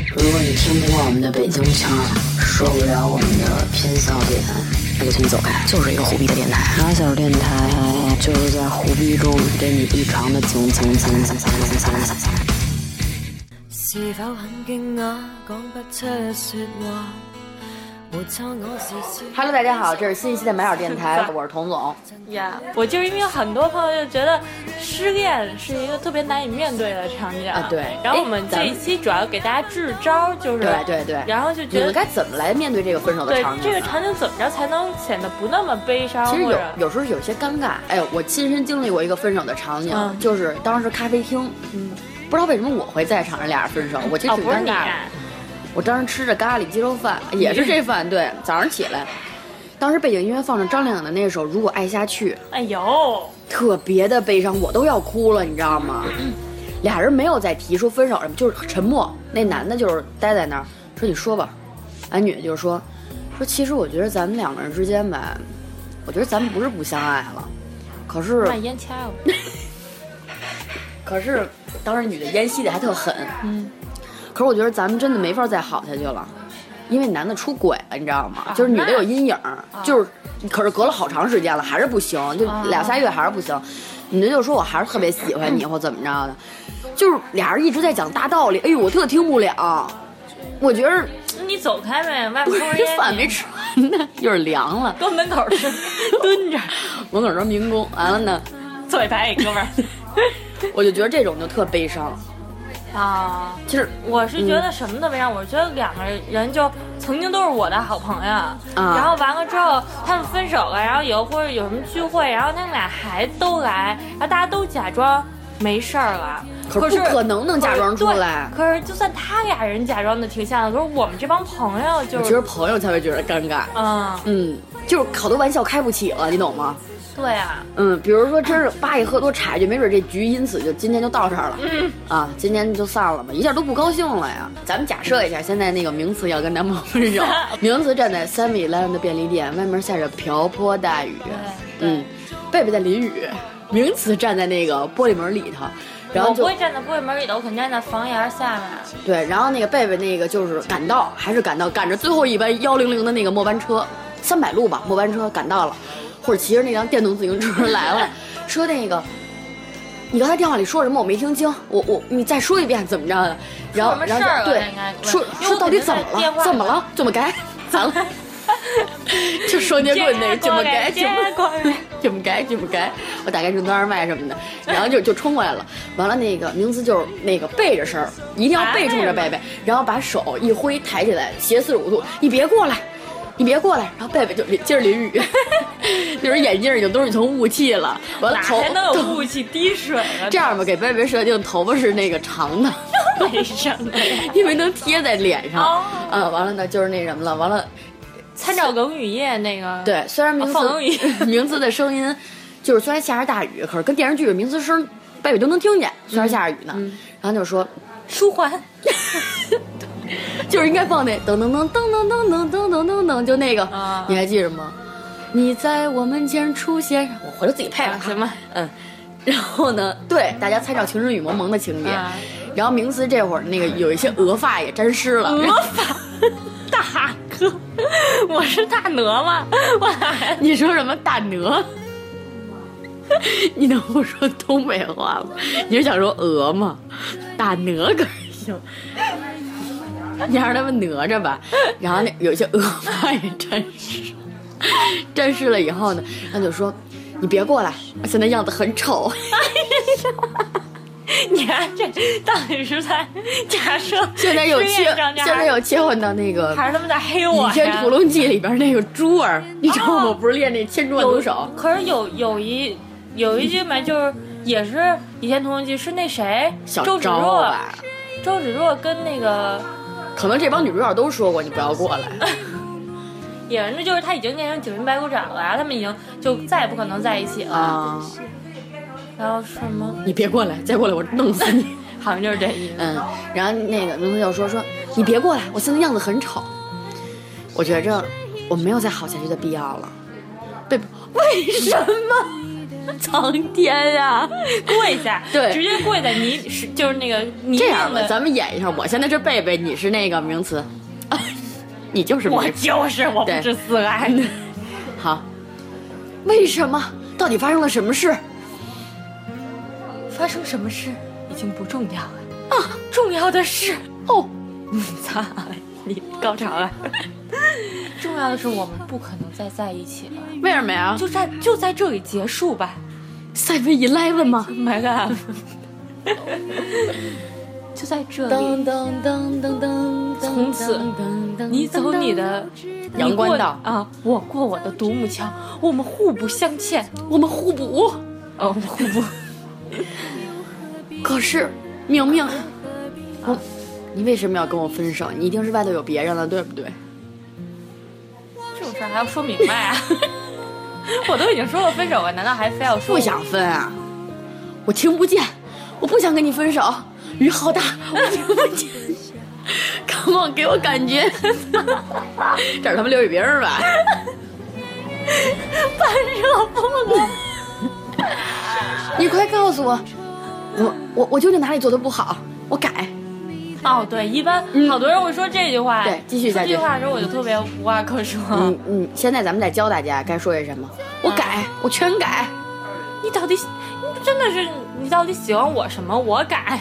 听不惯我们的北京腔儿，受不了我们的偏笑点，那就请你走开。就是一个虎逼的电台，马小电台就是在虎逼中给你异常的蹭蹭蹭蹭蹭蹭蹭蹭蹭。是否很惊讶，讲不出说话。没错，我是说 Hello，大家好，这是新一期的买点电台，我是童总。呀我就因为有很多朋友就觉得失恋是一个特别难以面对的场景啊对然后我哎们咱们这一期主要给大家支招，就是对对对，然后就你觉们得该怎么来面对这个分手的对场景这呢？个场景怎么着才能显得不那么悲伤，其实或有者有时候有些尴尬。哎，我亲身经历过一个分手的场景，嗯就是当时咖啡厅，嗯，不知道为什么我会在场上俩人分手，我觉得哦挺不是尴你尬的。我当时吃着咖喱鸡肉饭，也是这饭，对，早上起来，当时背景音乐放着张靓颖的那首《如果爱下去》，哎呦，特别的悲伤，我都要哭了，你知道吗？俩人没有再提出分手什么，就是沉默。那男的就是待在那儿，说你说吧。俺女的就是说，说其实我觉得咱们两个人之间吧，我觉得咱们不是不相爱了，可是卖烟掐我，可是当时女的烟吸的还特狠，嗯，可是我觉得咱们真的没法再好下去了。因为男的出轨了，你知道吗？啊就是女的有阴影儿，就是，可是隔了好长时间了，还是不行，就啊俩仨月还是不行。女的就说我还是特别喜欢你，或怎么着的，就是俩人一直在讲大道理，哎呦，我特听不了。我觉着你走开呗，外不面是 抽根这烟，饭没吃完呢，有点凉了，搁门口吃，蹲着，门口说民工，完了呢，坐一排，哥们 儿。 我就觉得这种就特悲伤。啊，其实我是觉嗯得什么都没让，我觉得两个人就曾经都是我的好朋友，啊然后完了之后他们分手了，然后以后或者有什么聚会，然后他们俩还都来，然后大家都假装没事儿了。可是是不可能能假装出来对可是就算他俩人假装的挺像的，可是我们这帮朋友我就觉得是，朋友才会觉得尴尬。嗯，嗯，就是好多玩笑开不起了，你懂吗？对啊，嗯，比如说，真是叭一喝多茶，就没准这局因此就今天就到这儿了，嗯啊，今天就散了吧，一下都不高兴了呀。咱们假设一下，现在那个名词要跟 男朋友分手，名词站在 Seven Eleven 的便利店，外面下着瓢泼大雨，对嗯，贝贝在淋雨，名词站在那个玻璃门里头，然后我不就会站在玻璃门里头，我肯定站在房檐下面。对，然后那个贝贝那个就是赶到，还是赶到，赶着最后一班幺零零的那个末班车，三百路吧，末班车赶到了，或者骑着那辆电动自行车来了，说那个，你刚才电话里说什么我没听清，我我你再说一遍怎么着的，然后出什然么后事儿了就对应该，是说因为说我到肯底定怎么在电了，话怎么里了，怎么该，咱了， 就双截棍那个怎么该怎接么。过 来，这么该，这么该，我打开正当麦什么的，然后就就冲过来了。完了，那个名字就是那个背着身儿，一定要背冲着贝啊贝，然后把手一挥抬起来，斜四十五度，你别过来，你别过来。然后贝贝就淋接着淋雨， 就是眼镜儿已经都是一层雾气了。完了哪呃头还能有头雾气滴水啊？这样吧，给贝贝设定头发是那个长的。为什么呀？ 因为能贴在脸上，哦啊，完了呢，就是那什么了，完了，参照冷雨夜那个，对，虽然名啊字、放东西 名字的声音，就是虽然下着大雨，可是跟电视剧的名字声，贝贝都能听见。虽嗯然下着雨呢，然后就说，舒缓，就是应该放那噔噔噔噔噔噔噔噔噔噔噔，就那个，啊你还记着吗？你在我门前出现，我回头自己配吧，啊行吧？嗯，然后呢，对大家参照《情深雨蒙蒙》的情节，啊然后名词这会儿那个有一些额发也沾湿了，然后发大哥，我是大鹅吗？我还你说什么大鹅？ 你能不说东北话吗？你是想说鹅吗？大鹅可行，你让他们哪吒吧。然后那有些鹅妈也沾湿，沾湿了以后呢，他就说：“你别过来，我现在样子很丑。你看这到底是在假设 现在有失切恋涨，价现在有切换到那个还是他们在黑《我倚呀？天屠龙记》里边那个珠儿，你知道吗？哦不是练那千珠万有毒手，可是有有一有一句没，就是也是《倚天屠龙记》，是那谁小周芷昭啊若，吧？周芷若跟那个可能这帮女主角都说过，你不要过 来。”也那就是他已经变成九阴白骨爪了，然后他们已经就再也不可能在一起了。啊，然后什么，你别过来，再过来我弄死你。 好像就是这意思。嗯，然后那个农村就说说你别过来，我现在样子很丑，我 觉着我没有再好下去的必要了。贝贝，为什么？ 苍天啊呀，跪下，对直接跪在泥是就是那个泥这样泞吧，的。咱们演一下，我现在是贝贝，你是那个名词， 你就是我名词。就是我不对知死来的，好，为什么？到底发生了什么事？发生什么事已经不重要了啊，重要的是哦，擦，你高潮 了。重要的是，我们不可能再在一起了，为什么呀？就在就在这里结束吧。赛维 Eleven 吗？ Oh my god！就在这里，噔噔噔噔噔，从此你走你的阳关道你过啊，我过我的独木桥，我们互不相欠，我们互补。哦，互 不可是，明明，我，你为什么要跟我分手？你一定是外头有别人了，对不对？这种事儿还要说明白啊！ 我都已经说过分手了，难道还非要说不想分啊！我听不见，我不想跟你分手。雨好大，我听不见。Come on，给我感觉。 这是他妈刘宇冰儿吧？分手不能？ 你快告诉我，我我我究竟哪里做的不好？我改。哦，对，一般好多人会说这句嗯话，对继续下去说这句话的时候我就特别无话可说。嗯嗯，现在咱们再教大家该说些什么。我改，我全改。 你到底喜，你真的是你到底喜欢我什么？我改，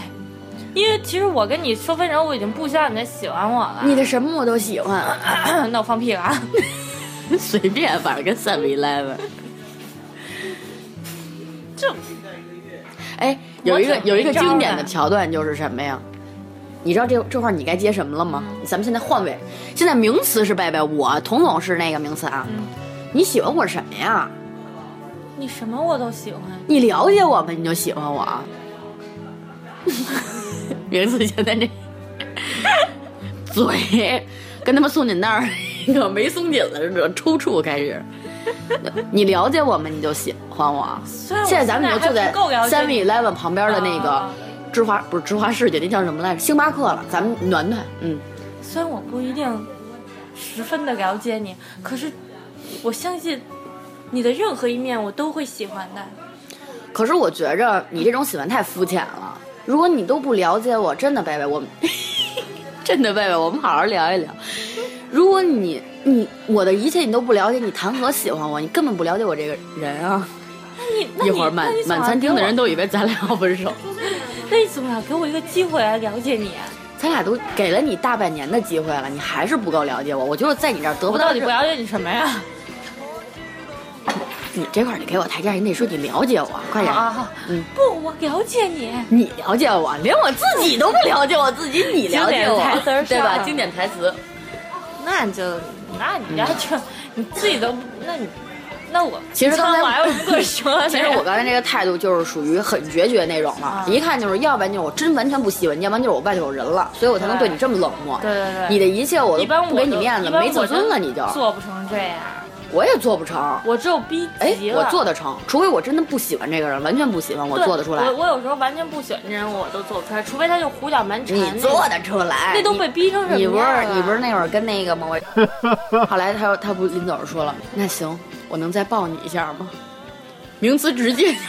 因为其实我跟你说分手，我已经不需要你再喜欢我 了。你的什么我都喜欢，啊那我放屁了 啊！ 随便，反正跟 Seven Eleven。这哎，有一个我挺有一个没招经典的的桥段就是什么呀？你知道这这块儿你该接什么了吗？咱们现在换位，现在名词是贝贝，我童总是那个名词嗯啊。你喜欢我什么呀？你什么我都喜欢，你了解我吗？你就喜欢我 啊？名词现在这嘴跟他妈松紧带儿那个没松紧了似的，抽搐开始。你了解我吗？你就喜欢我啊。虽然我现在咱们就坐还在不够了解 Seven 你 Eleven 旁边的那个啊芝华，不是芝华士姐，那叫什么来着？星巴克了。咱们暖暖，嗯，虽然我不一定十分的了解你，可是我相信你的任何一面我都会喜欢的。可是我觉着你这种喜欢太肤浅了。如果你都不了解我，真的贝贝，我们 真的贝贝，我们好好聊一聊。如果你你我的一切你都不了解，你谈何喜欢我？你根本不了解我这个人啊！那你那一你会儿满那你总满要餐厅的给我人，都以为咱俩要 分手，那你总要给我一个机会来了解你啊。咱俩都给了你大半年的机会了，你还是不够了解我。我就是在你这儿得不我到到底认不了解你什 么呀？你这块儿得给我台阶，你得说你了解我，快点。 啊，嗯不，我了解你。你了解我，连我自己都不了解我自己，你了解我经典台词儿，对吧？上经典台词，那就，那你家就你自己都，那你，那我其实刚才我还有什么可说 的？其实我刚才这个态度就是属于很决绝那种了，啊一看就是，要不然就是我真完全不喜欢你，要不然就是我外头有人了，所以我才能对你这么冷漠。对对对你的一切我一般都我不给你就面子，一般没我自就尊了，你就做不成这样。我也做不成。我只有逼哎急，了，我做得成，除非我真的不喜欢这个人，完全不喜欢，我对做得出来我。我有时候完全不喜欢这人，我都做不出来，除非他就胡搅蛮缠那你种。做得出来，那都你被逼成什么你不是样啊了你不是那会儿跟那个吗？我后来他他不临走时说了，那行，我能再抱你一下吗？名词直接就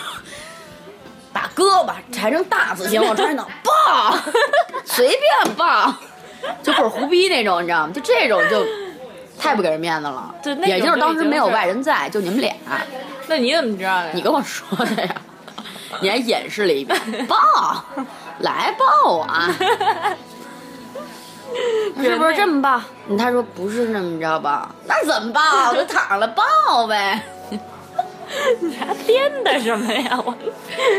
把胳膊缠成大字形往床上抱， 随便抱，就或者胡逼那种，你知道吗？就这种就太不给人面子了。对那也种就是就当已时经没有是外人在，就你们俩，那你怎么知道的呀？你跟我说的呀。 你还演示了一遍，抱，来抱我啊！是不是这么 抱？嗯他说不是那么着吧？那怎么啊抱？我就躺着抱呗。还编的什么呀？我，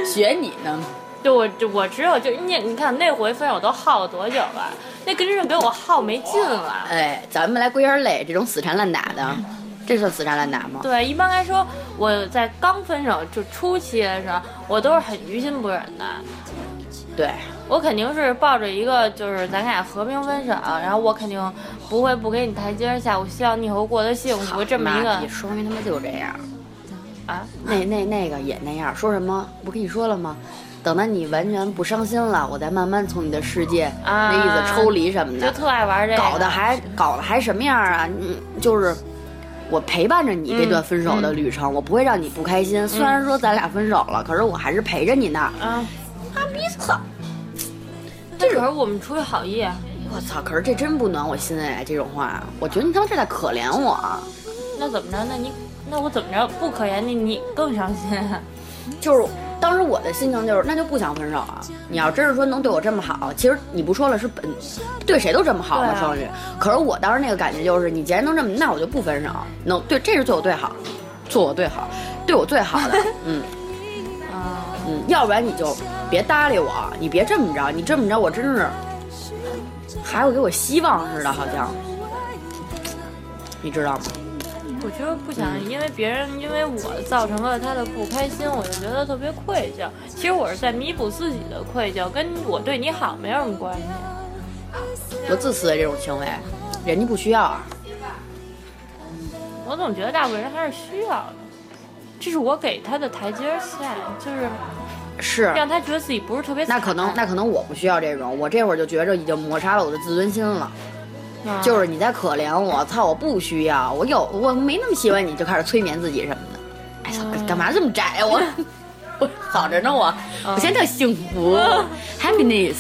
学你呢？对我就我只有就你你看那回分手都耗了多久了？那真是给我耗没劲了。哎，咱们来归根类，这种死缠烂打的，这算死缠烂打吗？对，一般来说，我在刚分手就初期的时候，我都是很于心不忍的。对，我肯定是抱着一个就是咱俩和平分手，然后我肯定不会不给你台阶下，我希望你以后过得幸福这么一个妈逼说明他妈就这样。啊，那那那个也那样，说什么？不跟你说了吗？等到你完全不伤心了，我再慢慢从你的世界、啊那意思抽离什么就的。特爱玩这个，搞得还搞得还什么样啊？嗯，就是我陪伴着你这嗯段分手的旅程，我不会让你不开心。虽然说咱俩分手了，可是我还是陪着你呢。啊，啊，逼操！这可是我们出于好意啊。 我操！可是这真不暖我心哎，这种话，我觉得你他妈是在可怜我。啊那怎么着？那你那我怎么着不可怜你，你更伤心啊？就是当时我的心情就是，那就不想分手啊。你要真是说能对我这么好，其实你不说了是本对谁都这么好对嘛，啊双鱼。可是我当时那个感觉就是，你既然能这么，那我就不分手。能对，这是对我最好，做我最好，对我最好的， 嗯。啊，嗯，要不然你就别搭理我，你别这么着，你这么着我真是还有给我希望似的，好像，你知道吗？我觉得不想嗯因为别人因为我造成了他的不开心，我就觉得特别愧疚。其实我是在弥补自己的愧疚，跟我对你好没有什么关系。多自私的这种行为，人家不需要啊。我总觉得大部分人还是需要的，这是我给他的台阶下，就是是，让他觉得自己不是特别那可能惨那可能我不需要这种，我这会儿就觉着已经抹杀了我的自尊心了。啊就是你在可怜我，操，我不需要，我有我没那么喜欢你，就开始催眠自己什么的。哎操，嗯干干嘛这么窄啊我？ 我好着呢我，我现在特幸福，happiness。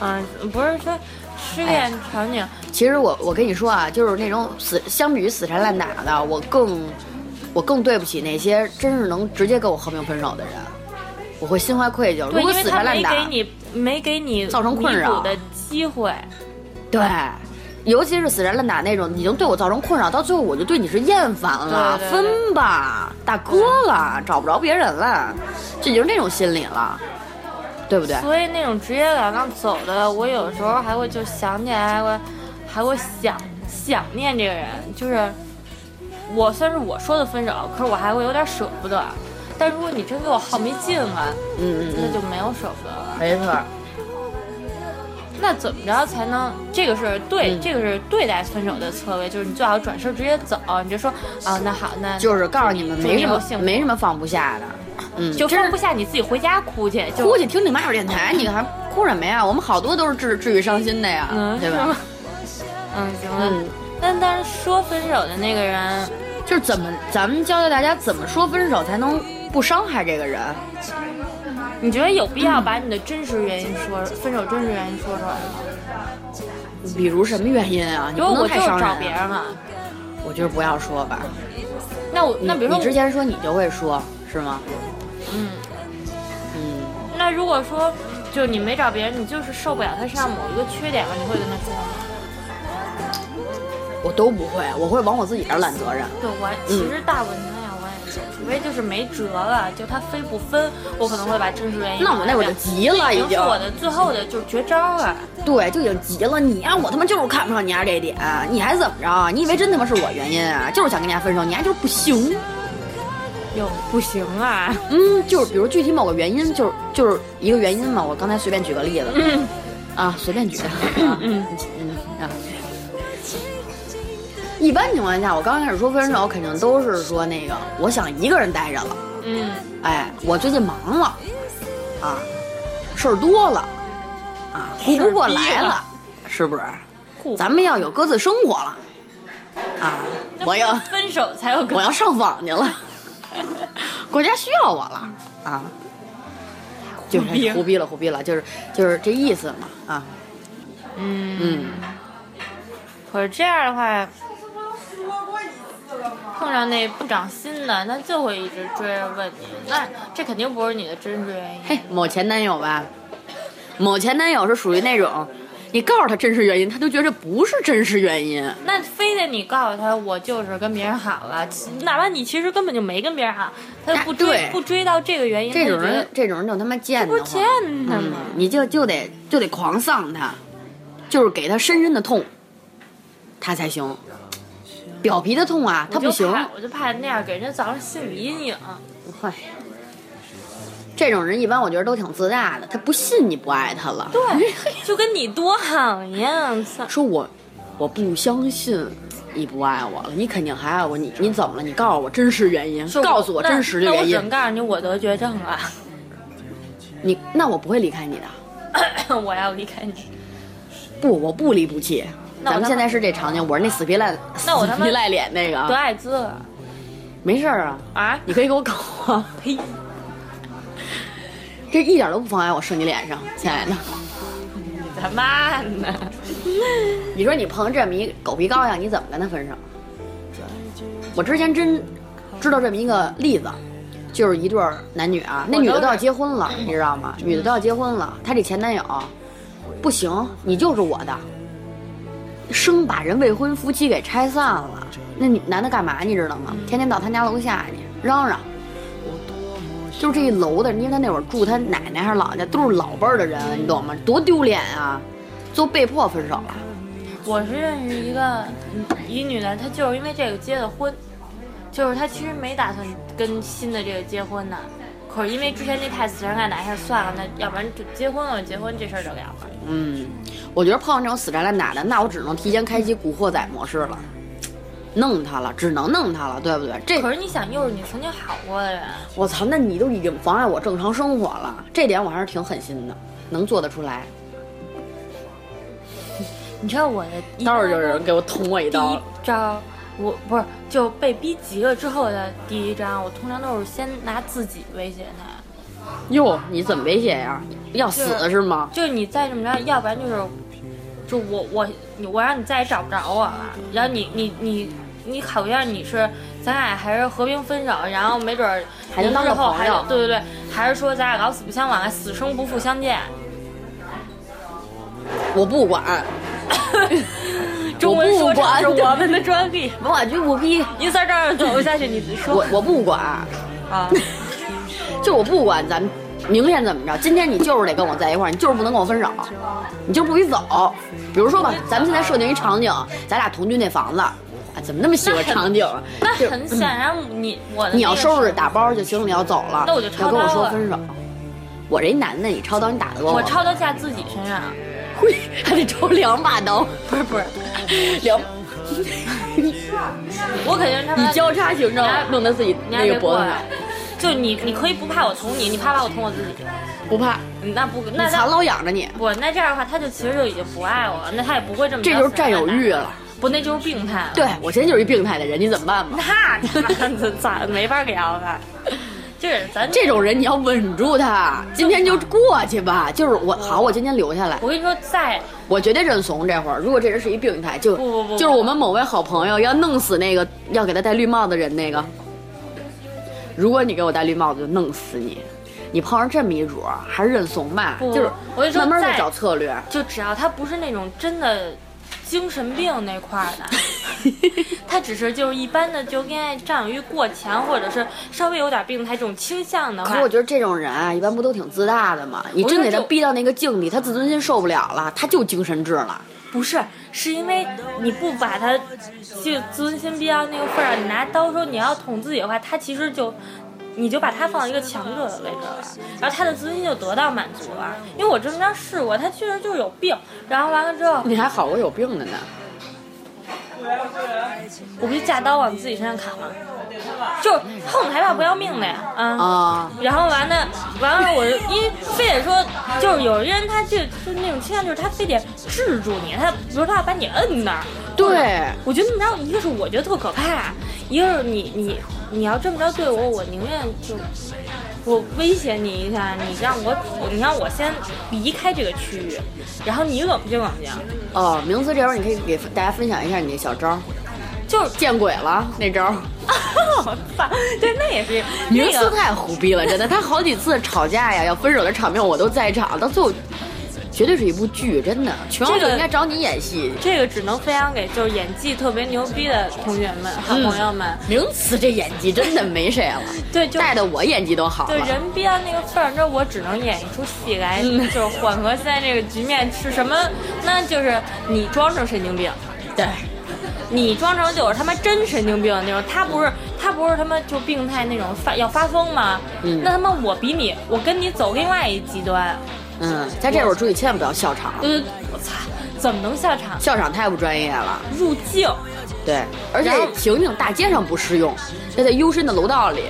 嗯，不是说失恋哎场景，其实我我跟你说啊，就是那种死，相比于死缠烂打的，我更我更对不起那些真是能直接跟我和平分手的人，我会心怀愧疚。如对，因果为死他缠烂没打，给你没给你造成困扰弥补的机会，对，尤其是死缠烂打那种，已经对我造成困扰，到最后我就对你是厌烦了，对对对分吧，大哥了，找不着别人了，这已经那种心理了，对不对？所以那种职业感刚走的，我有时候还会就想起来，还会还会想想念这个人，就是我虽然是我说的分手，可是我还会有点舍不得。但如果你真给我耗没劲了，嗯嗯那就没有舍不得了。嗯，没错儿，那怎么着才能？这个是对，嗯这个是对待分手的策略，就是你最好转身直接走，你就说啊，那好，那就是告诉你们没什么祝你幸福没什么放不下的，嗯，就真是放不下你自己回家哭去，就哭去听你妈有电台，你还哭什么呀？我们好多都是治治愈伤心的呀，嗯，对是吧吗？？嗯，行了嗯。但但是说分手的那个人，就是怎么，咱们教教大家怎么说分手才能不伤害这个人。你觉得有必要把你的真实原因说，分手真实原因说出来吗？比如什么原因啊？你比如不我能就太是伤人找啊别人了，我觉得不要说吧。那我那比如说你之我，前说你就会说，是吗？嗯，嗯，那如果说就你没找别人，你就是受不了他身上某一个缺点了，你会跟他说吗？我都不会，我会往我自己这儿揽责任。对，我也其实大部分情况下我也是，除非就是没辙了，就他非不分，我可能会把真实原因。那我那会儿就急了，已已经是经，我的最后的就是绝招了。对，就已经急了。你呀、啊我他妈就是看不上你丫、这一点，你还怎么着？啊你以为真他妈是我原因啊？就是想跟人家分手，你丫、就是不行。哟，不行啊！嗯，就是比如具体某个原因，就是就是一个原因嘛。我刚才随便举个例子，嗯，啊，随便举，嗯嗯啊。一般情况下，我刚开始说分手，肯定都是说那个我想一个人待着了， 嗯，哎，我最近忙了，啊，事儿多了，啊，顾不过来了，是不是？酷咱们要有各自生活了，啊，我要。分手才有可我要上网去了，国家需要我了啊！就是逼胡逼了，胡逼了，就是就是这意思嘛啊！嗯嗯，可是这样的话，碰上那不长心的，那就会一直追着问你，那这肯定不是你的真实原因。嘿，某前男友吧，某前男友是属于那种，你告诉他真实原因，他就觉得不是真实原因。那非得你告诉他，我就是跟别人好了，其哪怕你其实根本就没跟别人好，他就不啊追对不追到这个原因，这种他就觉人得，这种人就他妈贱不的是慌欠，他嗯吗？，你就就得就得狂丧他，就是给他深深的痛，他才行。表皮的痛啊，他我就不行。怕我就怕那样给人家造成心理阴影。会。哎这种人一般我觉得都挺自大的，他不信你不爱他了。对，就跟你多好一样，操！说我我不相信你不爱我了，你肯定还爱我，你你怎么了？你告诉我真实原因，告诉我真实的那那原我因只。能告诉你，我得绝症了， 你那我不会离开你的，我要离开你。不，我不离不弃，那我咱们他现妈在是这场景，我是那死皮赖那我死他妈皮赖脸那个啊，得艾滋了没事儿啊，啊？你可以给我搞啊， 呸！这一点都不妨碍我射你脸上，亲爱的。他妈呢？ 你说你碰这么一狗皮膏药，你怎么跟他分手？我之前真知道这么一个例子，就是一对儿男女啊，那女的都要结婚了，你知道吗？女的都要结婚了，她这前男友不行，你就是我的，生把人未婚夫妻给拆散了。那女男的干嘛你知道吗？天天到他家楼下去嚷嚷。就是这一楼的，因为他那会儿住他奶奶还是姥姥家，都是老辈儿的人，你懂吗？多丢脸啊！最后被迫分手了。我是认识一个嗯一女的，她就是因为这个结的婚，就是她其实没打算跟新的这个结婚的，可是因为之前那太死缠烂打，还是算了，那要不然就结婚了，结婚这事儿就了了。嗯，我觉得碰上这种死缠烂打的，那我只能提前开启古惑仔模式了，弄他了，只能弄他了，对不对？这可是你想，又是你曾经好过的人，我操，那你都已经妨碍我正常生活了，这点我还是挺狠心的，能做得出来。你知道我的一待会儿般就有都人给我捅我一第刀一，招，我不是就被逼急了之后的第一招，我通常都是先拿自己威胁他，哟，你怎么威胁呀？要死是吗？就是你再这么着，要不然就是，就我我你我让你再也找不着我了，然后你你你你考虑一下你是咱俩还是和平分手，然后没准儿还能当个之后朋还友对对对，还是说咱俩老死不相往来，死生不复相见。我不管，中文说唱是我不管我们的专利，我就不逼，你在这儿走下去，你说我我不管，啊，就我不管咱们明天怎么着，今天你就是得跟我在一块儿，你就是不能跟我分手，你就是不许走。比如说吧，咱们现在设定一场景，咱俩同居那房子，啊，怎么那么喜欢场景啊？那就很显然你我的你要那个收拾是打包就行了，你要走了，那我就要抄跟我刀说了分手。我这一男的，你抄刀你打得过我我 抄到架自己身上，嘿，还得抽两把刀，不是不是，两我肯定是他你妈交叉行政你还弄得自己你还那别个脖过子来上，，就你你可以不怕我捅你，你怕怕我捅我自己，不怕，嗯那不你那残他老养着你，不那这样的话，他就其实就已经不爱我了，那他也不会这么这着就是死占有缠烂欲打了。不那就是病态了，对我现在就是一病态的人，你怎么办吧？ 那他妈的咋没法聊了？就是咱这种人你要稳住他，嗯今天就过去吧。就是我好，我今天留下来，我跟你说再我绝对认怂。这会儿如果这人是一病态，就不不不就是我们某位好朋友要弄死那个要给他戴绿帽子的人那个。嗯如果你给我戴绿帽子，就弄死你。你碰上这么一主儿，还是认怂吧。不就是我跟你说慢慢的在找策略。就只要他不是那种真的精神病那块儿 的，他只是就是一般的就恋爱占有欲过强，或者是稍微有点病态这种倾向的可话是我，觉得这种人啊，一般不都挺自大的吗？你我觉真给得他就逼到那个境地，他自尊心受不了了，他就精神质了。不是是因为你不把他就自尊心逼到那个份儿，你拿刀说你要捅自己的话，他其实就。你就把他放到一个强者的位置了，然后他的自尊心就得到满足了。因为我这么着试过，他确实就是有病。然后完了之后，你还好，我有病的呢。我不就架刀往自己身上砍吗？就是碰还怕不要命的呀，啊、啊、然后完了，完了，我就因为非得说，就是有人他就就那种倾向，就是他非得制住你，他比如他要把你摁那儿。对。我觉得那么着，一个是我觉得特可怕，一个是你你你要这么着对我，我宁愿就我威胁你一下，你让我你让我先离开这个区域，然后你冷静冷静。哦，名词这边你可以给大家分享一下你那小招儿，就是见鬼了那招儿。 我操，对，那也是名那词个。太胡逼了，真的，他好几次吵架呀、要分手的场面我都在场，到最后绝对是一部剧，真的。全网这就个应该找你演戏。这个只能分享给就是演技特别牛逼的同学们、好朋友们。名词这演技真的没谁了，对，嗯就带的我演技都好对了。人逼到那个份儿，那我只能演一出戏来，嗯就是缓和现在这个局面是什么？那就是你装成神经病，对，你装成就是他妈真神经病那种。他不是他不是他妈就病态那种发要发疯吗？嗯那他妈我比你，我跟你走另外一极端，嗯，在这会儿注意千万不要笑场，就是我操，怎么能下场笑场太不专业了。入境？对，而且然后情景大街上不适用，要在幽深的楼道里。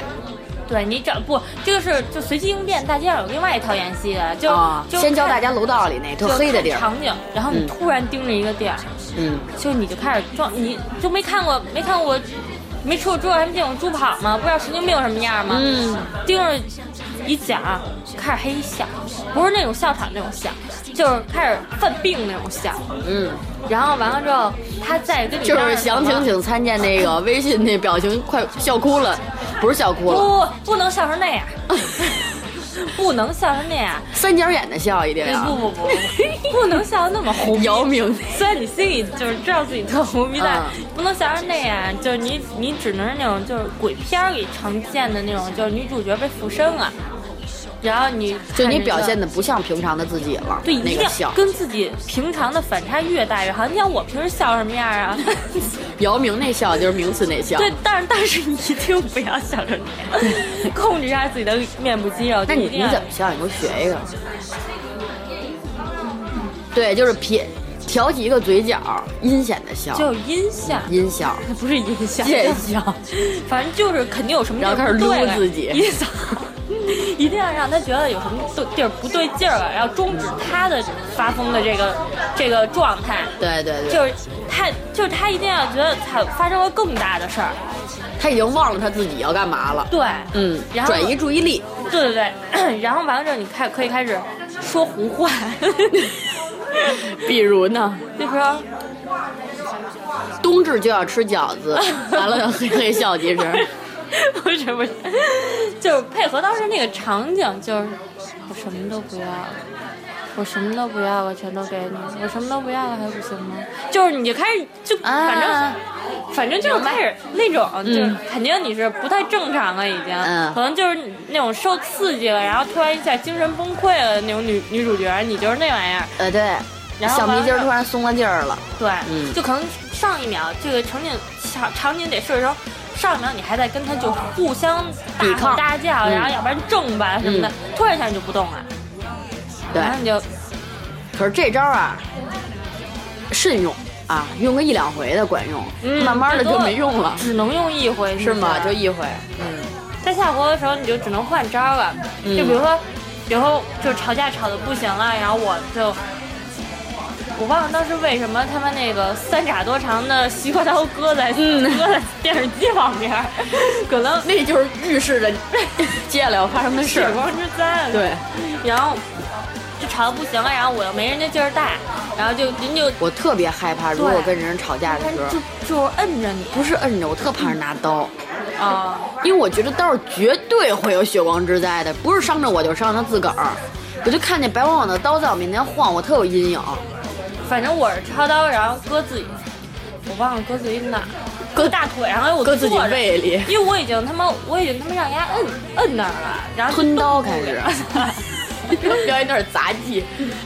对你找不这个是就随机应变，大街上有另外一套演戏的，就、啊，就先教大看家楼道里那特就黑的地看儿，场景，然后你嗯突然盯着一个地儿，嗯，就你就开始撞，你就没看过没看过，没吃过猪肉还没见过猪跑吗？不知道神经病什么样吗？嗯，盯着一讲，开始嘿笑，不是那种笑场那种笑，就是开始犯病那种笑。嗯，然后完了之后，他再跟 你就是详情情。请参见那 个微信那表情，快笑哭了，不是笑哭了，不不能笑成那 样，不能笑成那样，哎三角眼的笑一定要，不不不不，不能笑得那么红。啊 姚明，虽然你心里就是知道自己特胡逼，但嗯不能笑成那样。啊就是你，你只能是那种就是鬼片儿里常见的那种，就是女主角被附身了，然后你就你看着表现的不像平常的自己了，对，那一个定笑，跟自己平常的反差越大越好。你想我平时笑什么样 啊？姚明那笑就是名次那笑，对，但是但是你一定不要笑成那样，控制一下自己的面部肌肉。那就你一定你要怎么笑？你给我学一个。对，就是撇挑起一个嘴角，阴险的笑，就有音效，阴笑。 不是音效，见笑， 反正就是肯定有什么地然儿后开始不对撸了自 己一扫一定要让他觉得有什么地儿不对劲儿了，然后终止他的发疯的这个这个状态。对对对，就是他，就是他一定要觉得他发生了更大的事儿，他已经忘了他自己要干嘛了。对，嗯，然后转移注意力，对对对，然后完了之后你开可以开始说胡话， 比如呢，就说冬至就要吃饺 子，完了嘿嘿笑几声。 不是不是，就是配合当时那个场景，就是我什么都不要了，我什么都不要了，全都给你，我什么都不要了还不行吗？就是你就开始就啊反正、反正就是开始那种，就是肯定你是不太正常了已经，嗯可能就是那种受刺激了，然后突然一下精神崩溃了的那种女女主角，你就是那玩意儿，呃，对，然后小迷完了筋儿突然松了劲儿了。对，嗯就可能上一秒这个场景场场景得是的时候，上一秒你还在跟他就互相大抵吼抗大叫，嗯然后要不然正吧什么的，嗯突然一下你就不动了，对然，后你就可是这招啊，慎用啊，用个一两回的管用，嗯慢慢的最就多没用了，只能用一回，是吗？不就一回。在下活的时候你就只能换招了，嗯就比如说，比如说就吵架吵的不行了，然后我就。我忘了当时为什么他们那个三尺多长的西瓜刀搁在、搁在电视机旁边儿，可能那嗯就是预示 着接下来要发生的事血儿。光之灾。对，然后就吵得不行了，然后我又没人家劲儿大，然后就人就我特别害怕，如果跟人吵架的时候就，就摁着你不是摁着，我特怕人拿刀，啊，因为我觉得刀是绝对会有血光之灾的，不是伤着我就是伤着自个儿。我就看见白晃晃的刀在我面前晃，我特有阴影，反正我是插刀，然后搁自己，我忘了搁自己哪儿，搁大腿，然后我搁自己坐着，胃 里。因为我已经他妈我已经他妈让人家摁摁那儿了，然后吞刀开 始表演点杂技，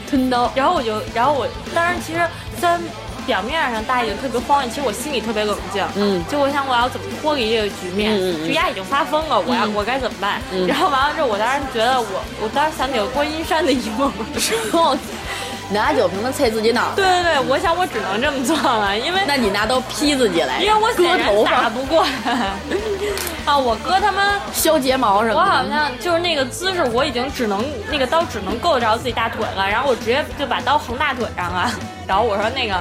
吞刀。然后我就，然后我，当然其实虽然表面上大家也特别慌乱，其实我心里特别冷静。嗯就我想我要怎么脱离这个局嗯面，嗯嗯就丫已经发疯了，我要、我该怎么办？然后完了之后，我当时觉得我，我当时想起了观音山的一幕。 拿酒瓶子啐自己脑袋，对对对，我想我只能这么做了，因为那你拿刀劈自己来，因为我显割然头打发、不过 啊，我哥他妈。削睫毛什么我的。好像就是那个姿势，我已经只能那个刀只能够着自己大腿了，然后我直接就把刀横大腿上了，然后我说那个，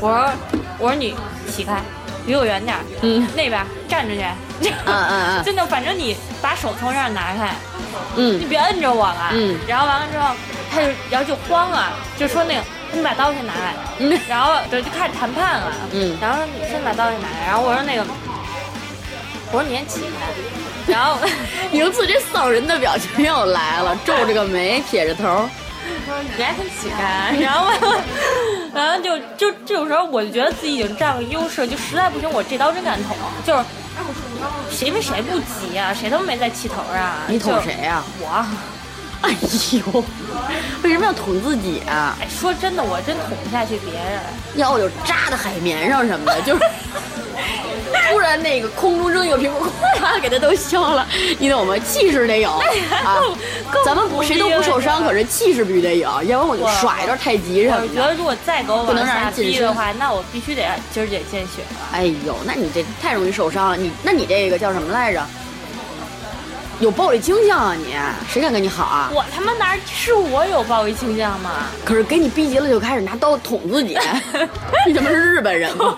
我说我说你起开，离我远点，嗯，那边站着去，嗯嗯嗯 真的，反正你把手从这儿拿开，你嗯，别摁着我了，嗯，然后完了之后，他就然后就慌了，就说那个你把刀先拿来，嗯然后对就开始谈判了， 嗯然后说你先把刀先拿来，然后我说那个，我说你先起开。然后，宁次这丧人的表情又来了，皱着个眉，撇着头。人家很乞丐，然后 完了，然后就就这种时候，我就觉得自己已经占了优势，就实在不行，我这刀真敢捅，就是谁跟谁不急啊，谁他妈没在气头啊？你捅就是谁呀、我。 哎呦，为什么要捅自己啊？哎，说真的，我真捅不下去别人，要我就扎在海绵上什么的，就是 突然那个空中扔一个 苹果，啪给它都削了。你懂吗？气势得有啊够哎够！咱们不谁都不受伤，可是气势必须得有，要不然我就哇耍一段太极什我么觉得的。如果再给我不往能让下人近逼的身话，那我必须得今儿得见血了。哎呦，那你这太容易受伤了。你那你这个叫什么来着？有暴力倾向啊你，谁敢跟你好啊？我他妈哪是我有暴力倾向吗？ 可是给你逼急了就开始拿刀捅自己， 你他妈是日本人吗？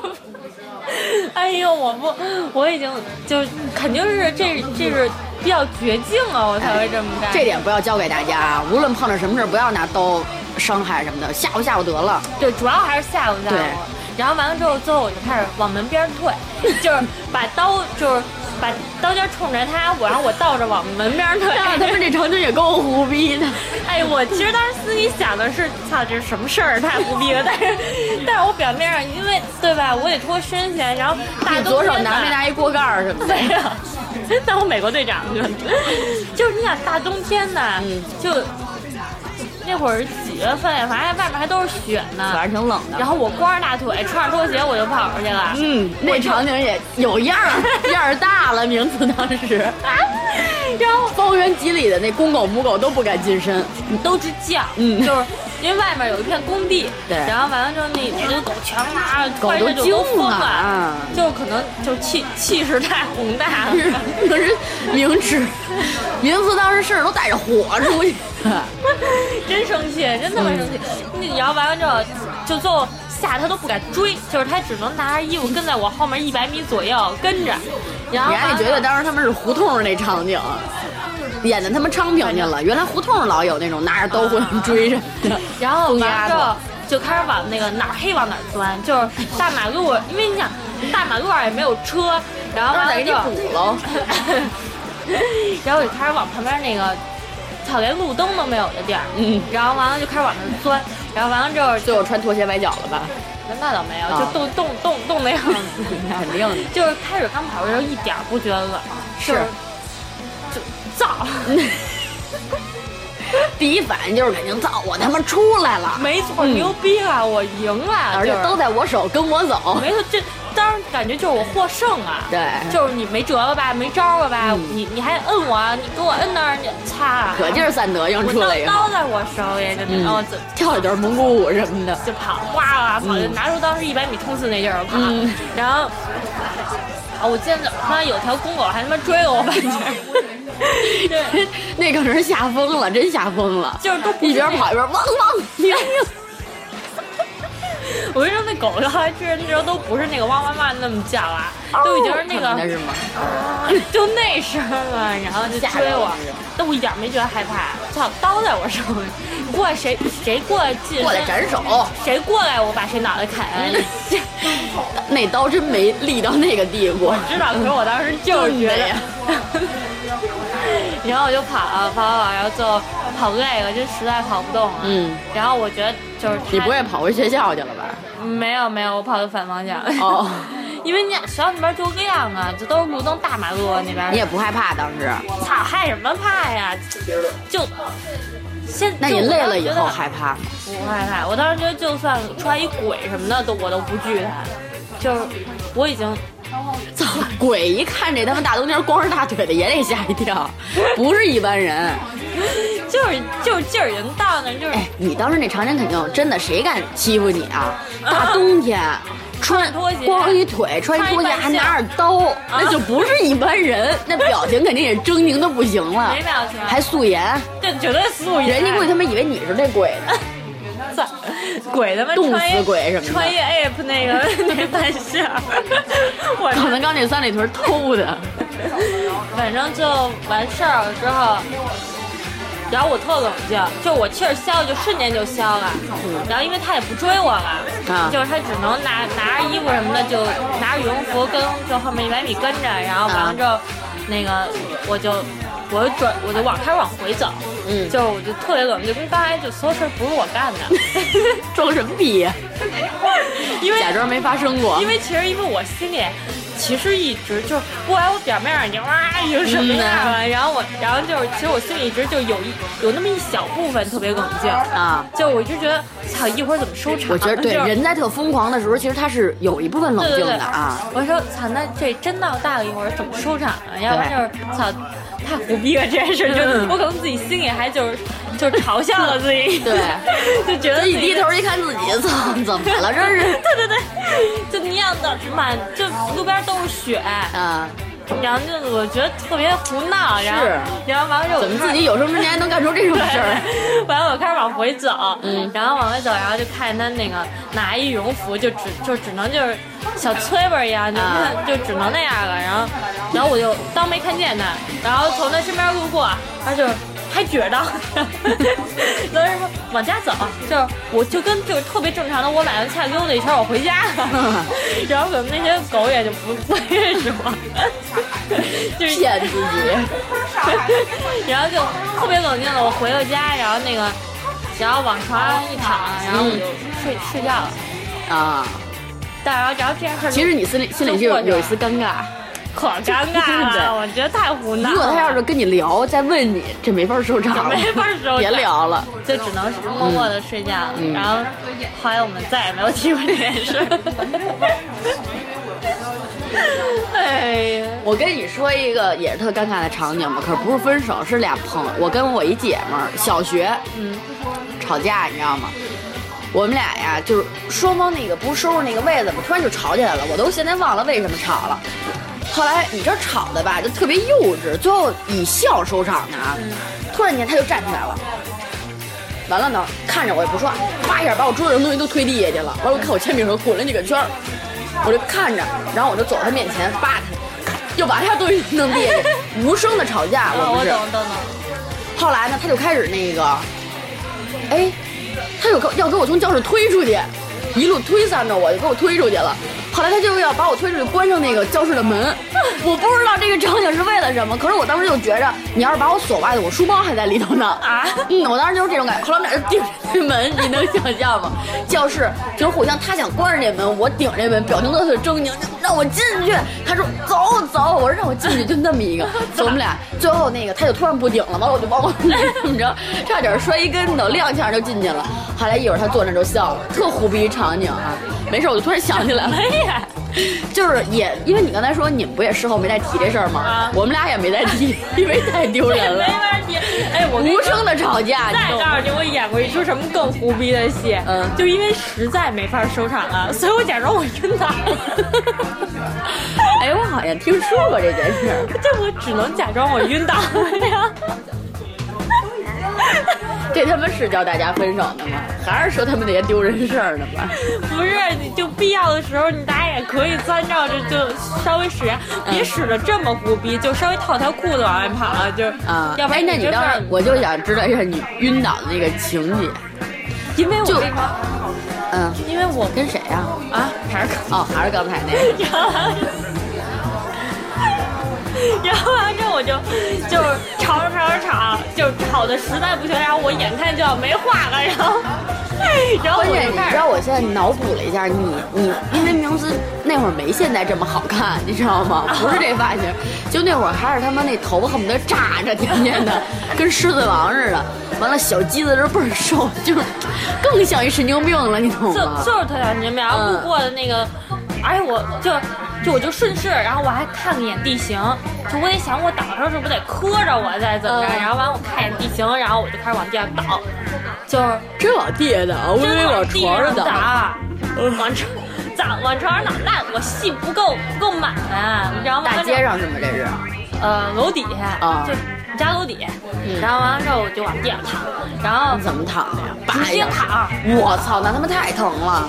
哎呦，我不，我已经就肯定是这这是比较绝境了，我才会这么干。这点不要教给大家啊！无论碰到什么事儿，不要拿刀伤害什么的，吓唬吓唬得了。对，主要还是吓唬吓唬对我。然后完了之后，最后我就开始往门边儿退， 就是把刀，就是把刀尖冲着他，我然后我倒着往门边儿退。 这成绩也够胡逼的。哎，我其实当时心里想的是，操，这是什么事儿，太胡逼了。但是，但是我表面上因为对吧，我得脱身先，然后大你左手冬天的拿没拿一锅盖儿什 么的？没有，当我美国队长去了。就是你想大冬天的，嗯就那会儿几月份呀？反正外面还都是雪呢。反正挺冷的。然后我光着大腿，穿着拖鞋我就跑出去了。嗯，那场景也有样儿，样儿大了。名字当时，哎然后方圆几里的那公狗母狗都不敢近身。你都直叫，嗯就是因为外面有一片工地，对然后完了之后那那个狗全啊，狗突然都间就惊疯了啊就可能就气气势太宏 大了。可是明知，明知当时事儿都带着火出 去。真生气，真他妈生气！那然后完了之后，就最后吓得他都不敢追，就是他只能拿着衣服跟在我后面一百米左右跟着，然后你还得觉得当时他们是胡同那场景，啊演的他妈昌平去了。原来胡同老有那种拿着刀互相追什么 的。然后完丫了之头后就开始往那个哪儿黑往哪儿钻，就是大马路，因为你想大马路上也没有车，然后完了之后那得给你补喽 然后我就开始往旁边那个。草连路灯都没有的地儿，嗯然后完了就开始往那儿钻，然后完了之后最后穿拖鞋崴脚了吧？ 那倒没有，啊就动动动动那样子，肯定的。就是开始刚跑的时候一点儿不觉得冷，是就是就燥，第一反应就是肯定造，我他妈出来了，没错，牛逼了，我赢了， 而且就是都在我手，跟我走。没错，这当时感觉就是我获胜啊，对嗯就是你没辙了吧，没招了吧，你你还摁我啊，你给我摁那儿，你擦，啊可劲儿三德应我出来嗯以刀后，刀在我手里，真的，然后就跳一段蒙古舞什么的。就跑，哗啦跑，就拿出当时一百米冲刺那劲儿跑，嗯然后。啊！我见到他妈有条公狗还他妈追了我半截， 对，那可是吓疯了，真吓疯了，就是都不一边是那跑一边汪汪喵喵。 我跟你说，那狗的话，这那时候都不是那个汪汪汪那么叫啊，哦都已经是那看的个是吗？ 就那声了，然后就吓追人我了是吧，但我一点没觉得害怕，操，刀在我手里，过来谁谁过来近身过来嗯斩首， 谁过来我把谁脑袋砍下去，那刀真没立到那个地步。 知道，可是我当时就是觉得嗯。 然后我就跑啊跑啊跑，然后最后跑累了，真实在跑不动了。嗯，然后我觉得就是你他不会跑回学校去了 吧？没有没有，我跑的反方向。哦，因为你想学校那边就亮啊，这都是路灯，大马路那边。你也不害怕当时？操，害什么怕呀？就现那你累了以后害还怕吗？不害怕？我当时觉得就算穿一鬼什么的都我都不惧怕，就是我已经操，鬼一看这他妈大冬天光着大腿的也得吓一跳，不是一般人。就是就是劲儿已经到那儿，就是哎，你当时那场景肯定真的，谁敢欺负你啊？大冬天。穿拖鞋光一腿，穿一拖鞋，穿一半袖啊还拿着刀，那就不是一般人。那表情肯定也狰狞的不行了没，表情，还素颜，这绝对素颜。人家估计他们以为你是那鬼呢。操鬼他妈冻穿一死鬼什么的穿一 app 那个 那半袖儿，我可能刚那三里屯偷 的，反正就完事儿了之后，然后我特冷静，就我气儿消了，就瞬间就消了。然后因为他也不追我了，嗯啊就是他只能拿拿着衣服什么的，就拿着羽绒服跟就后面一百米跟着，然后啊完了之后，那个我就我就转我就往开始往回走，嗯就是我就特别冷静，就跟刚才就所有事儿不是我 干的，装什么逼呀？因为假装没发生过因。为其实因为我心里其实一直就是，不管我表面上已经哇已经什嗯么样了，然后我然后就是其实我心里一直就有一有那么一小部分特别冷静啊，就我就觉得操一会儿怎么收场？我觉得对，就是人在特疯狂的时候，其实他是有一部分冷对静对对的啊。。我说操，那这真闹大了一会儿怎么收场啊？要不然就是操。太胡逼了，这件事就嗯我可能自己心里还就是就是嘲笑了自己， 对，就觉得自一低己 头一看自己，操，怎么 了这是？对对对，就那样的满，就路边都是雪，啊，然后就我觉得特别胡闹，然后是然后完了之后我怎么看自己有生之年还能干出这种事儿？ 嗯完了，我开始往回走，然后往回走，然后就看他那个拿一羽绒服，就只就只能就是小崔巴一样，就啊看就只能那样了。然后，然后我就当没看见他，然后从他身边路过，他就还撅 着，然后说往家走，就是我就跟就是特别正常的，我买完菜溜达一圈，我回家嗯了。 然后可能那些狗也就不不 认识我，就是骗自己。 然后就特别冷静了。我回到家，然后那个，然后往床上一躺，然后我就嗯睡、睡觉了。啊，但然后然后这件事儿就其实你心里心里是有有一丝尴尬。可尴尬 对了，我觉得太胡闹了。如果他要是跟你聊，再问你，这没法收场了，没法收场别聊了。就只能是默默的睡觉了。嗯然后后来我们再也没有提过这件事。 哎呀，我跟你说一个也是特尴尬的场景吧，可不是分手，是俩朋友，我跟我一姐们儿小学，嗯，吵架，你知道吗？我们俩呀，就是双方那个不是收拾那个位子嘛，突然就吵起来了，我都现在忘了为什么吵了。后来你知道吵的吧，就特别幼稚，最后以笑收场的啊。突然间他就站起来了，完了呢，看着我也不说话，叭一下把我桌上的东西都推地下去了。完了，我看我铅笔盒滚了几个圈儿，我就看着，然后我就走他面前，叭他，又把他东西弄地下去，无声的吵架， 我啊我们是。懂懂懂。后来呢，他就开始那个，哎，他有个要给我从教室推出去，一路推搡着我，就给我推出去了。后来他就要把我推出去，关上那个教室的门。 我不知道这个场景是为了什么，可是我当时就觉着，你要是把我锁外头，我书包还在里头呢。啊嗯，我当时就是这种感觉。后来我们俩就顶着那门，你能想象吗？教室就是互相，他想关上这门，我顶这门，表情都特狰狞，让我进去。他说走走，我说让我进去，就那么一个。所以我们俩最后那个，他就突然不顶了，完了我就往我怎么着，差点摔一跟头，踉跄就进去了。后来一会儿他坐那就笑了，特虎逼场景啊。没事，我就突然想起来了。哎呀，就是也，因为你刚才说你们不也事后没再提这事儿吗？啊我们俩也没再提，因为太丢这也人了没，法提。哎，我跟你无说声的吵架，你再懂吗？告诉你，我演过一出什么更胡逼的戏，嗯就因为实在没法收场了，所以我假装我晕倒 了， 哎，我好像听说过这件事儿。这我只能假装我晕倒了呀。这他妈是叫大家分手的吗？还是说他们那些丢人事儿呢吧？不是，你就必要的时候，你大家也可以参照着就稍微使，嗯别使的这么胡逼，就稍微套条裤子往外跑了，就啊，要不哎，然那你真当的时我就想知道一下你晕倒的那个情节。因为我就那个，嗯，因为我跟谁呀、啊还是可哦，还是刚才那个。然后完了，然后完了之后我就就是吵着吵着吵，就吵的实在不行，然后我眼看就要没话了，然后然后我关键就你开知始道，我现在脑补了一下，你你因为明斯那会儿没现在这么好看，你知道 吗？不是这发型，就那会儿还是他妈那头发恨不得炸着，天天 的跟狮子王似的。完了，小鸡子这倍儿瘦，就是更像一神经病了，你懂就吗？就是特想你们然后路过的那个，哎我就。就我就顺势，然后我还看了一眼地形，就我得想我倒的时候是不是得磕着我再怎么着，嗯然后完了我看一眼地形，然后我就开始往地上倒，就是真老地道，我以真为往床上倒。打，往床咋往床上打？那我戏不够不够满、啊然后完大了之后街上是吗？这是？呃楼底下，啊嗯就我家楼底下，然后完了之后我就往地上躺，然后你怎么躺的呀？直接躺！躺，我操，那他妈太疼了！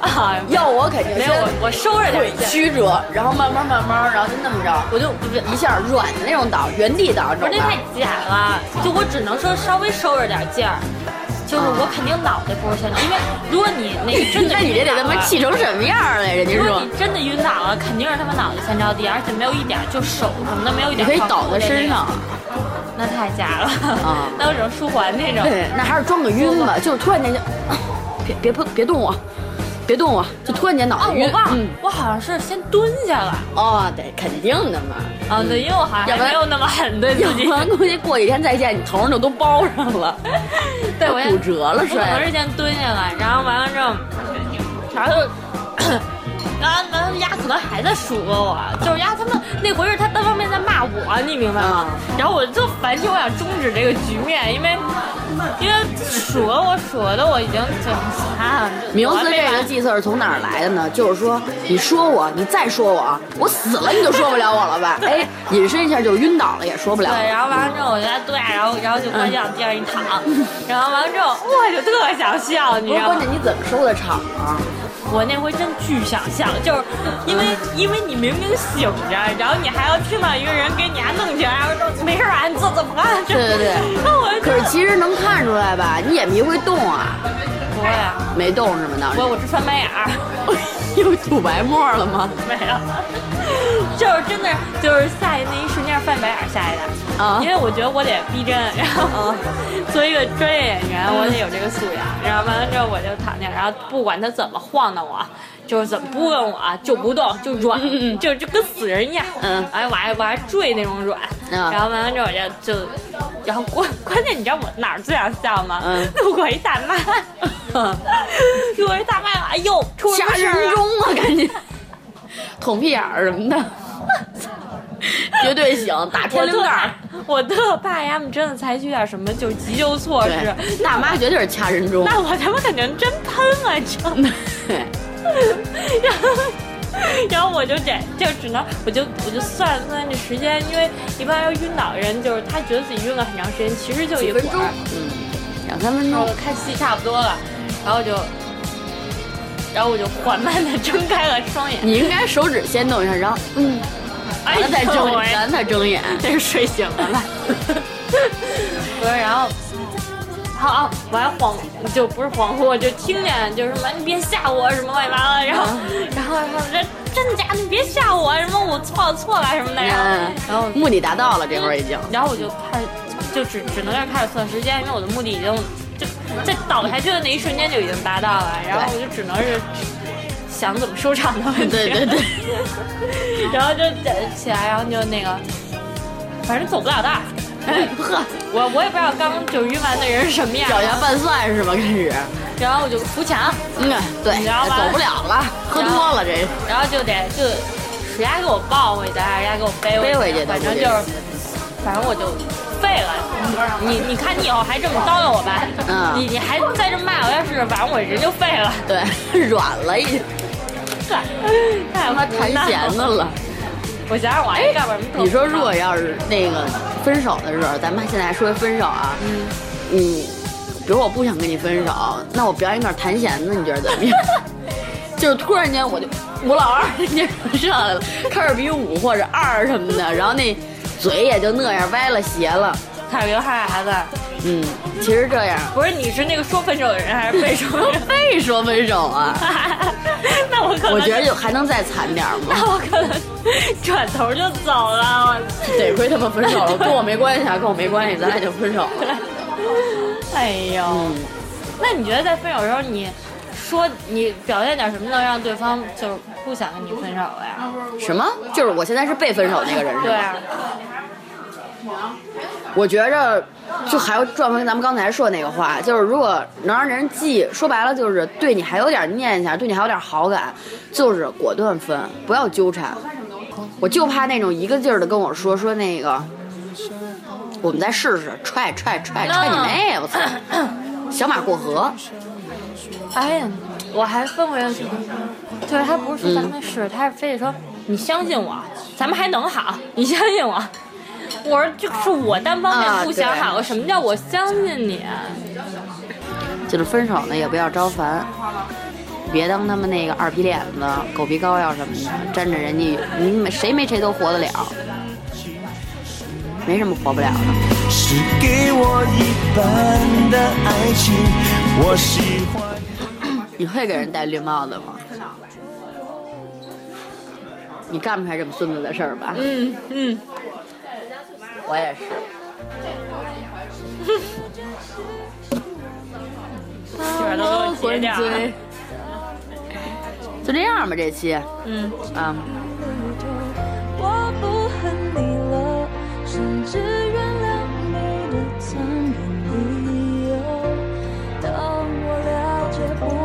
啊，要我肯定没先有我我收着腿点劲，曲折，然后慢慢慢慢，然后就那么着，我就不是一下软的那种倒，原地倒，你不懂是那太吗？假了，就我只能说稍微收着点劲儿。就是我肯定脑袋不是先，因为如果你那个真的， 那你这得他妈气成什么样儿了？人家如果说你，真的晕倒了，肯定是他们脑袋先着地，而且没有一点儿就手什么的没有一你点。可以倒在身上，。那太假了。 啊那有种舒缓那种。对，那还是装个晕吧，就是突然间就，啊别别碰，别动我，别动我，就突然间脑啊，袋我晕。忘了嗯，我好像是先蹲下了。哦，对，肯定的嘛。啊，对，因为我好嗯要像不然还 没有那么狠对要自己不。然 估计过几天再见，你头上就都包上了，对，我先骨折了，我可摔能了是先蹲下了，然后完了之后，然后就，然后完了当时丫可能还在数落我，就是丫他们那回是他单方面在骂我，你明白啊吗？然后我就烦气，我想终止这个局面，因为因为数落我数落的我已经就很惨了。名词这个计策是从哪儿来的呢？就是说，你说我，你再说我，啊我死了你就说不了我了吧？哎，引申一下就晕倒了，也说不了。嗯对，然后完了之后我就在对，然后然后就关机往地上一躺，然后完了之后我就特想笑，你不知是道关吗？键，你怎么收的场啊？我那回真巨想笑，就是因为因为你明明醒着，然后你还要听到一个人给你还弄起来，然后说没事儿啊，你坐怎么 了？对对对那我就可是其实能看出来吧，你眼皮会动啊，不会啊，没动是吗？当时 我我是翻白眼儿， 又吐白沫了吗？没有， 就是真的就是下一那一瞬间是翻白眼儿下来的，啊因为我觉得我得逼真，然 后作为一个专业演员，我得嗯有这个素养，然后完了之后我就躺下，然后不管他怎么晃荡我。啊就是怎么不跟我啊就不动，就软，就就跟死人一样。嗯哎，我还我还坠那种软，嗯然后完了之后我就就，然后关关键你知道我哪儿最想笑吗？嗯路过一大妈，路过一大妈，哎呦，出什吓么事儿人啊？中啊，赶 紧捅屁眼儿什么的，绝对醒，打天我灵特盖怕儿。，我特怕他们真的采取点什么就是急救措施。对， 大妈绝对是掐人 中。那我他妈肯定真喷啊了， 真的。对，然后，然后我就这就只能，我就我就算了算这时间，因为一般要晕倒的人，就是他觉得自己晕了很长时间，其实就一几会分钟儿。，嗯，两三分然后钟我。看戏差不多了，然后我就，然后我就缓慢的睁开了双眼。你应该手指先动一下，然后嗯，哎完了再呦睁，喂完了再睁眼。真是 睡醒了吧？ 不是，然后，好、啊，我还恍，就不是恍惚，我就听见就是什么你别吓我什么乱七八糟的，然后，嗯然后然后这真假你别吓我什么我错了错了什么的，然后嗯，然后目的达到了，这会儿 已经。然后我就开始就只只能开始算时间，因为我的目的已经就在倒下去的那一瞬间就已经达到了，然后我就只能是想怎么收场的问题。对对对。 然后就起来，然后就那个，反正走不了道儿。呵，我我也不知道刚就是晕完的人是什么样脚下儿，拌蒜是吗？开始，然后我就扶墙，嗯，对，你知道吧走不了了，喝多了这，然后就得就谁家给我抱回去，还是谁家给我背背回回啊去反正就是，反正我就废了。你你看你以后还这么叨叨我吧，嗯你你还在这骂我，要是反正我人就废了，对， 软了已经，太他妈弹弦呢。子了。 哎我想想我还干过什么特胡闹？你说如果要是那个分手的时候，咱们现在说分手啊，嗯，比如我不想跟你分手，那我表演点弹弦子，你觉得怎么样？ 就是突然间我就吴老二就上来了，开始比五或者二什么的，然后那嘴也就那样歪了斜了，太流汗孩子，嗯，其实这样。 不是你是那个说分手的人还是被说的人？非说分手啊？那我可能我觉得就还能再惨点儿吗？ 那我可能转头就走了，我。得亏他们分手了，跟我没关系啊，跟我没关系，咱俩就分手了。 哎呦，嗯那你觉得在分手的时候，你说你表现点什么能让对方就是不想跟你分手了呀？什么？就是我现在是被分手那个人是对吧？啊，我觉着，就还要转回咱们刚才说那个话，就是如果能让人记，说白了就是对你还有点念想，对你还有点好感，就是果断分，不要纠缠。我就怕那种一个劲儿的跟我说说那个，我们再试试，踹踹踹踹你妹！我操，小马过河。哎呀，我还分过一个情况，就是他不是说咱们是，他是非得说你相信我，咱们还能好，你相信我。我说就是我单方面啊不想对好，什么叫我相信你？啊就是分手呢也不要招烦，别当他们那个二皮脸子、狗皮膏药什么的，沾着人家你没谁没谁都活得了，没什么活不了的。是给我一半的爱情，我喜欢。你会给人戴绿帽子吗？你干不出来这么孙子的事儿吧？嗯嗯，我也 是。这边都给我 截掉了。就这样吧，这期嗯，啊，我不恨你了，甚至原谅你的残忍理由。当我了解不